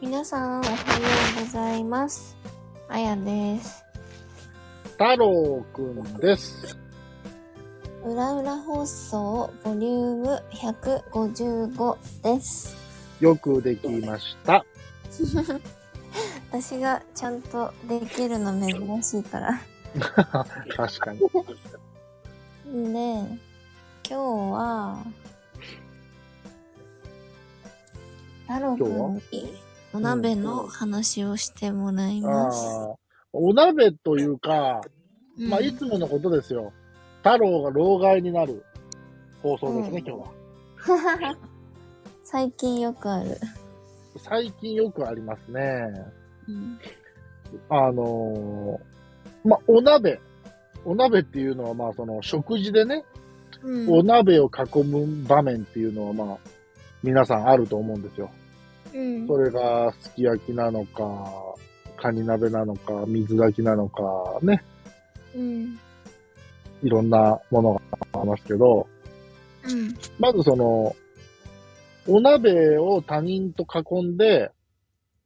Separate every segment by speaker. Speaker 1: 皆さん、おはようございます。あやです。
Speaker 2: 太郎くんです。
Speaker 1: うらうら放送、ボリューム155です。
Speaker 2: よくできました。
Speaker 1: 私がちゃんとできるの珍しいから。
Speaker 2: 確 かに。
Speaker 1: で、今日は、太郎くんにお鍋の話をしてもらい
Speaker 2: あ
Speaker 1: ます。
Speaker 2: あ、お鍋というか、
Speaker 1: うん
Speaker 2: まあ、いつものことですよ。太郎が老害になる放送ですね、
Speaker 1: うん
Speaker 2: 今日は。
Speaker 1: 最近よくある。
Speaker 2: 最近よくありますね。あのーまあ、お鍋。お鍋っていうのは、まあ、その、食事でね、
Speaker 1: うん
Speaker 2: お鍋を囲む場面っていうのは、まあ、皆さんあると思うんですよ。
Speaker 1: うん
Speaker 2: それがすき焼きなのか、カニ鍋なのか、水炊きなのか、ね、
Speaker 1: うん
Speaker 2: いろんなものがありますけど、
Speaker 1: うん
Speaker 2: まずその、お鍋を他人と囲んで、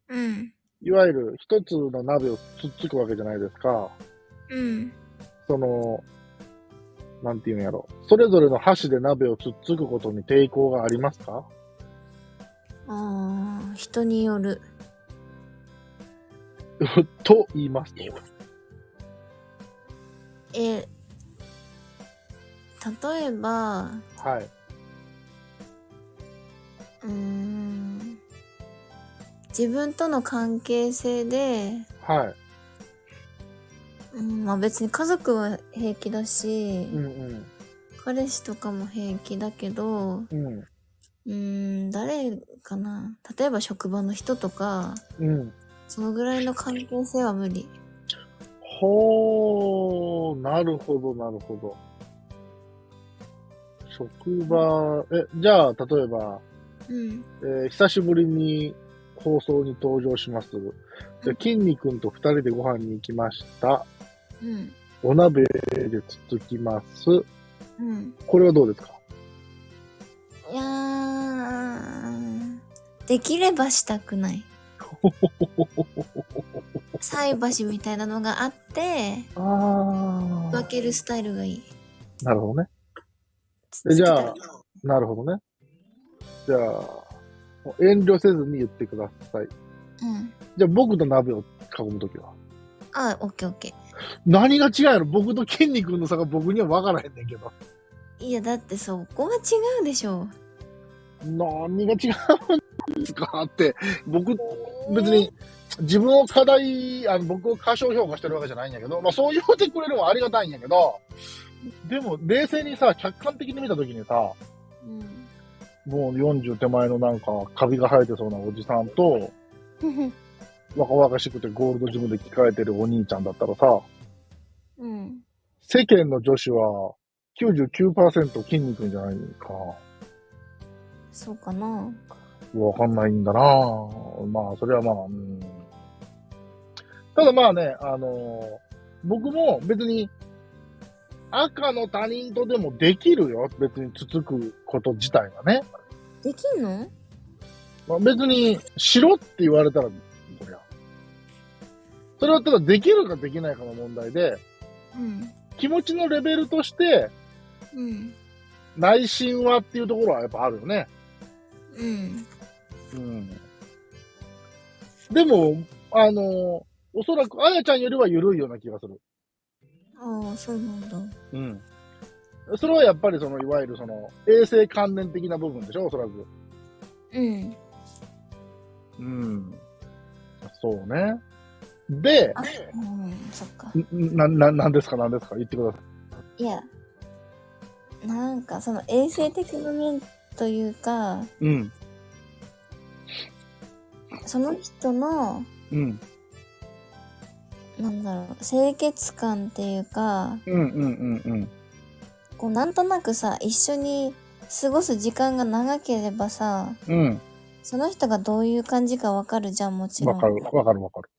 Speaker 1: うん
Speaker 2: いわゆる一つの鍋をつっつくわけじゃないですか。
Speaker 1: うん
Speaker 2: その、なんていうんやろ。それぞれの箸で鍋をつっつくことに抵抗がありますか
Speaker 1: ああ人による
Speaker 2: と言いますと。
Speaker 1: え例えば
Speaker 2: はい。
Speaker 1: うーん自分との関係性で、
Speaker 2: はい。
Speaker 1: うんまあ、別に家族は平気だし、
Speaker 2: うんうん。
Speaker 1: 彼氏とかも平気だけど
Speaker 2: うん。
Speaker 1: うーん誰かな例えば職場の人とか
Speaker 2: うん。
Speaker 1: そのぐらいの関係性は無理
Speaker 2: ほー、なるほど、なるほど。職場、え、じゃあ、例えば、
Speaker 1: うん
Speaker 2: えー久しぶりに放送に登場します。で、筋肉と二人でご飯に行きました。
Speaker 1: うん
Speaker 2: お鍋でつつきます。
Speaker 1: うん
Speaker 2: これはどうですか
Speaker 1: いやーできればしたく ない。菜箸みたいなのがあって
Speaker 2: あ
Speaker 1: 分けるスタイルがいい。
Speaker 2: なるほどね。
Speaker 1: つ
Speaker 2: えじゃ
Speaker 1: つ
Speaker 2: あ
Speaker 1: けたら
Speaker 2: なるほどね。じゃあ、もう遠慮せずに言ってください。
Speaker 1: うん。
Speaker 2: じゃあ、僕と鍋を囲むときは
Speaker 1: あ、オッケーオッケ
Speaker 2: 何が違うの僕と筋肉の差が僕には分からへんねんけど。
Speaker 1: ー。いやだってそこは違うでしょ
Speaker 2: 何が違うんですかって、僕、別に自分を課題、あの僕を過小評価してるわけじゃないんやけど、まあそう言ってくれるのはありがたいんやけど、でも冷静にさ、客観的に見たときにさ、
Speaker 1: うん。
Speaker 2: もう40手前のなんかカビが生えてそうなおじさんと、若々しくてゴールドジムで着替えてるお兄ちゃんだったらさ、
Speaker 1: うん。
Speaker 2: 世間の女子は99%筋肉じゃないか。
Speaker 1: そうかな。
Speaker 2: わかんないんだなぁまあ、それはまあ、うん。ただまあね、あのー僕も別に、赤の他人とでもできるよ。別につつくこと自体がね。
Speaker 1: できんの
Speaker 2: まあ、別に、しろって言われたら、そりゃ。それはただできるかできないかの問題で、
Speaker 1: うん。
Speaker 2: 気持ちのレベルとして、
Speaker 1: うん。
Speaker 2: 内心はっていうところはやっぱあるよね。
Speaker 1: うん。
Speaker 2: うん。でも、あのーおそらく、あやちゃんよりは緩いような気がする。
Speaker 1: ああ、そうなんだ。
Speaker 2: うん。それはやっぱりその、いわゆるその、衛生関連的な部分でしょ、おそらく。
Speaker 1: うん。
Speaker 2: うん。そうね。で、
Speaker 1: あ、うん、そっか。
Speaker 2: んな、な、なんですか、なんですか、言ってください。
Speaker 1: いや、なんかその衛生的な面というか、
Speaker 2: うん。
Speaker 1: その人の、
Speaker 2: うん。
Speaker 1: なんだろう、清潔感っていうか、
Speaker 2: うん、うん、うん、うん。
Speaker 1: こうなんとなくさ、一緒に過ごす時間が長ければさ、
Speaker 2: うん。
Speaker 1: その人がどういう感じかわかるじゃん、もちろ
Speaker 2: わ
Speaker 1: ん。
Speaker 2: かる、わかる、わかる。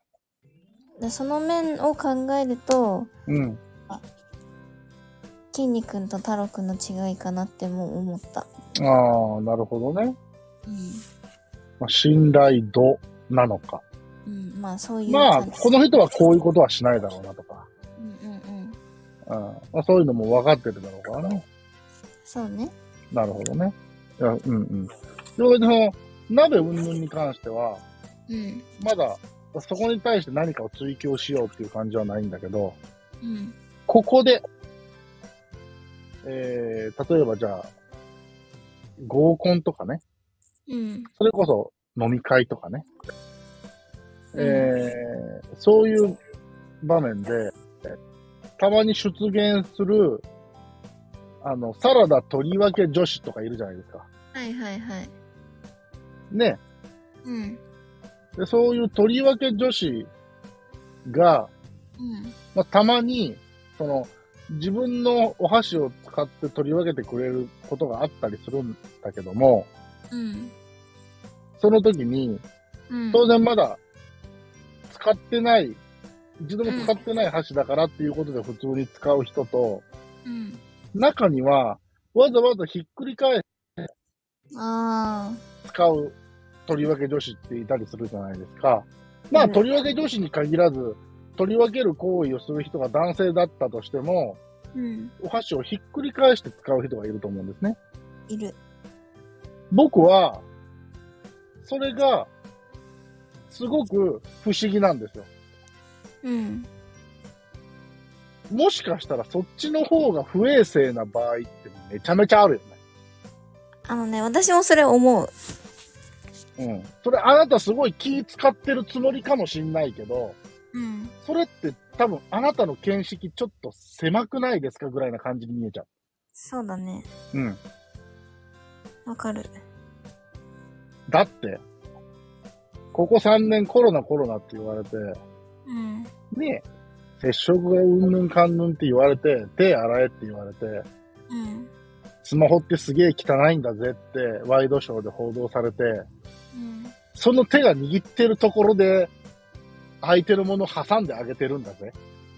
Speaker 1: でその面を考えると、
Speaker 2: うん。
Speaker 1: きんに君と太郎くんの違いかなっても思った。
Speaker 2: ああ、なるほどね。
Speaker 1: う
Speaker 2: まあ、信頼度なのか。
Speaker 1: うん、まあそういう
Speaker 2: まあ、
Speaker 1: 感じ
Speaker 2: この人はこういうことはしないだろうなとか、
Speaker 1: うんうんうん
Speaker 2: うんまあ、そういうのも分かってるだろうからね。
Speaker 1: そうね
Speaker 2: なるほどね。いや、うんうん。それで、その、鍋云々に関しては、
Speaker 1: うん
Speaker 2: まだ、そこに対して何かを追求しようっていう感じはないんだけど、
Speaker 1: うん
Speaker 2: ここで、えー、例えばじゃあ、合コンとかね、
Speaker 1: うん
Speaker 2: それこそ飲み会とかね、
Speaker 1: うん
Speaker 2: えー、そういう場面で、えたまに出現する、あの、サラダとりわけ女子とかいるじゃないですか。
Speaker 1: はいはいはい
Speaker 2: ね。
Speaker 1: うん
Speaker 2: でそういうとりわけ女子が、
Speaker 1: うん
Speaker 2: まあ、たまに、その、自分のお箸を使って取り分けてくれることがあったりするんだけども、
Speaker 1: うん
Speaker 2: その時に、
Speaker 1: うん
Speaker 2: 当然まだ、使ってない、一度も使ってない箸だからっていうことで普通に使う人と、
Speaker 1: うん
Speaker 2: 中には、わざわざひっくり返して
Speaker 1: あ
Speaker 2: 使う取り分け女子っていたりするじゃないですか。まあ、
Speaker 1: うん
Speaker 2: 取り分け女子に限らず、取り分ける行為をする人が男性だったとしても、
Speaker 1: あうん
Speaker 2: お箸をひっくり返して使う人がいると思うんですね。
Speaker 1: いる
Speaker 2: 僕は、それが、すごく不思議なんですよ。
Speaker 1: うん
Speaker 2: もしかしたらそっちの方が不衛生な場合ってめちゃめちゃあるよ
Speaker 1: あのね私もそれ思う
Speaker 2: ね。うん。それあなたすごい気使ってるつもりかもしんないけど、
Speaker 1: うん
Speaker 2: それって多分あなたの見識ちょっと狭くないですかぐらいな感じに見えちゃ
Speaker 1: そうだね
Speaker 2: う。うん。
Speaker 1: わかる
Speaker 2: だって、ここ3年コロナコロナって言われて、
Speaker 1: うん
Speaker 2: ね接触がうんぬんかんぬんって言われて、手洗えって言われて、
Speaker 1: うん
Speaker 2: スマホってすげえ汚いんだぜって、ワイドショーで報道されて、
Speaker 1: うん
Speaker 2: その手が握ってるところで、空いてるもの挟んであげてるんだぜ。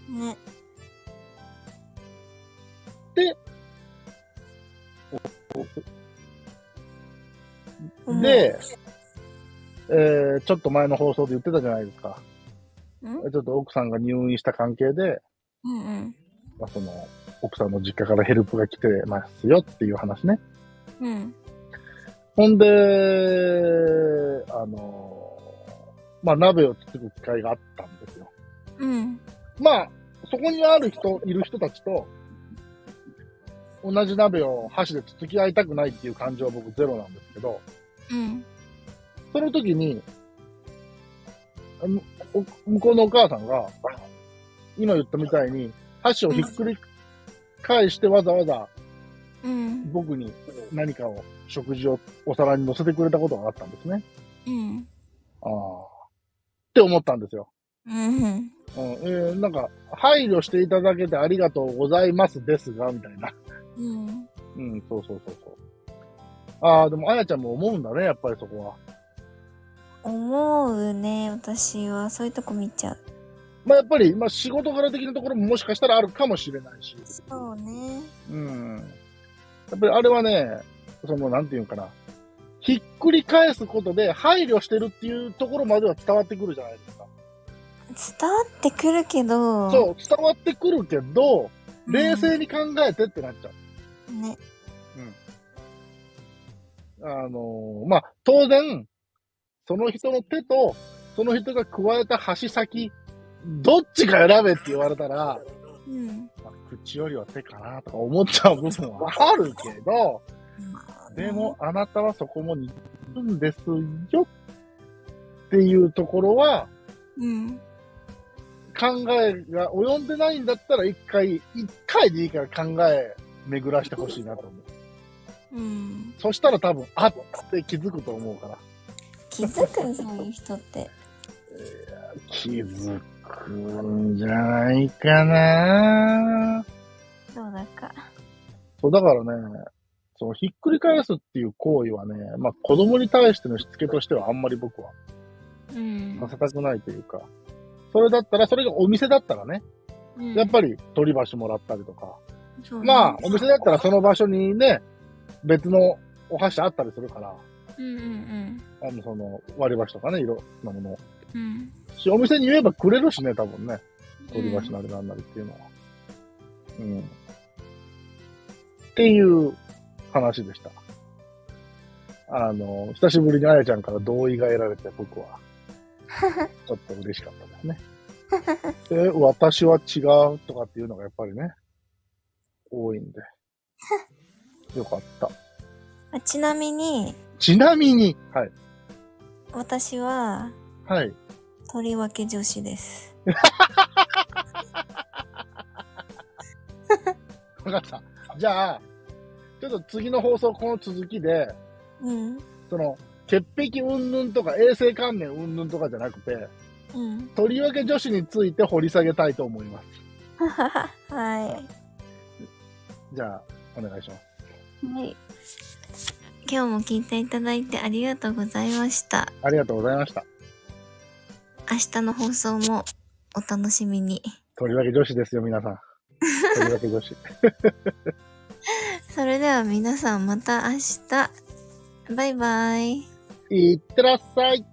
Speaker 1: ね思う
Speaker 2: で、えーちょっと前の放送で言ってたじゃないですか。
Speaker 1: うん
Speaker 2: ちょっと奥さんが入院した関係で、
Speaker 1: うんうん
Speaker 2: まあ、その、奥さんの実家からヘルプが来てますよっていう話ね。
Speaker 1: うん
Speaker 2: ほんで、あのーまあ、鍋を作る機会があったんですよ。
Speaker 1: うん
Speaker 2: まあ、そこにある人、いる人たちと、同じ鍋を箸でつつき合いたくないっていう感情は僕ゼロなんですけど、
Speaker 1: うん
Speaker 2: その時に、あむお向こうのお母さんが、今言ったみたいに、箸をひっくり返してわざわざ
Speaker 1: うん
Speaker 2: 僕に何かを、食事をお皿に乗せてくれたことがあったんですね。
Speaker 1: うん
Speaker 2: ああ。って思ったんですよ。
Speaker 1: うん
Speaker 2: うん、えーなんか、配慮していただけてありがとうございますですが、みたいな。
Speaker 1: うん
Speaker 2: うん、そうそうそうそう。ああ、でも、あやちゃんも思うんだね、やっぱりそこは。
Speaker 1: 思うね私はそういうとこ見ちゃう
Speaker 2: まあ、やっぱり、まあ、仕事柄的なところももしかしたらあるかもしれないし。
Speaker 1: そうね
Speaker 2: うん。やっぱり、あれはね、その、なんていうんかな。ひっくり返すことで配慮してるっていうところまでは伝わってくるじゃないですか。
Speaker 1: 伝わってくるけど
Speaker 2: そう、伝わってくるけど、
Speaker 1: うん
Speaker 2: 冷静に考えてってなっちゃう。
Speaker 1: ね
Speaker 2: あのーまあ、当然、その人の手と、その人が加えた箸先、どっちが選べって言われたら、
Speaker 1: うん
Speaker 2: まあ口よりは手かなとか思っちゃう部分はあるけど、
Speaker 1: まあね
Speaker 2: でもあなたはそこも似るんですよっていうところは、
Speaker 1: うん
Speaker 2: 考えが及んでないんだったら一回、一回でいいから考え巡らしてほしいなと思う。
Speaker 1: うん
Speaker 2: そしたら多分、あっって気づくと思うから。
Speaker 1: 気づくそういう人って
Speaker 2: 気づくんじゃないかな
Speaker 1: どうだか
Speaker 2: そう、だからね、そのひっくり返すっていう行為はね、まあ子供に対してのしつけとしてはあんまり僕は
Speaker 1: うん
Speaker 2: させたくないというか、それだったら、それがお店だったらね、
Speaker 1: うん
Speaker 2: やっぱり取り箸もらったりとか、
Speaker 1: そうね
Speaker 2: まあお店だったらその場所にね、別のお箸あったりするから、
Speaker 1: うんうん
Speaker 2: あの、その、割り箸とかね、いろんなものを。
Speaker 1: うん。
Speaker 2: し、お店に言えばくれるしね、多分ね。割り箸なりなんなりっていうのは。うん。っていう話でした。あの、久しぶりにあやちゃんから同意が得られて、僕は。ちょっと嬉しかったですね。で、私は違うとかっていうのがやっぱりね、多いんで。よかった。
Speaker 1: あちなみに、
Speaker 2: ちなみに、はい。
Speaker 1: 私は、
Speaker 2: はい。
Speaker 1: とりわけ女子です。
Speaker 2: わかった。じゃあ、ちょっと次の放送、この続きで、
Speaker 1: うん。
Speaker 2: その、潔癖云々とか衛生観念云々とかじゃなくて、
Speaker 1: うん。
Speaker 2: とりわけ女子について掘り下げたいと思います。
Speaker 1: はい。は
Speaker 2: じゃあ、お願いします。
Speaker 1: い。今日も聞いていただいてありがとうございました。
Speaker 2: ありがとうございました。
Speaker 1: 明日の放送もお楽しみに。
Speaker 2: とりわけ女子ですよ、皆さん。とりわけ女子。
Speaker 1: それでは皆さんまた明日。バイバイ。
Speaker 2: いってらっしゃい。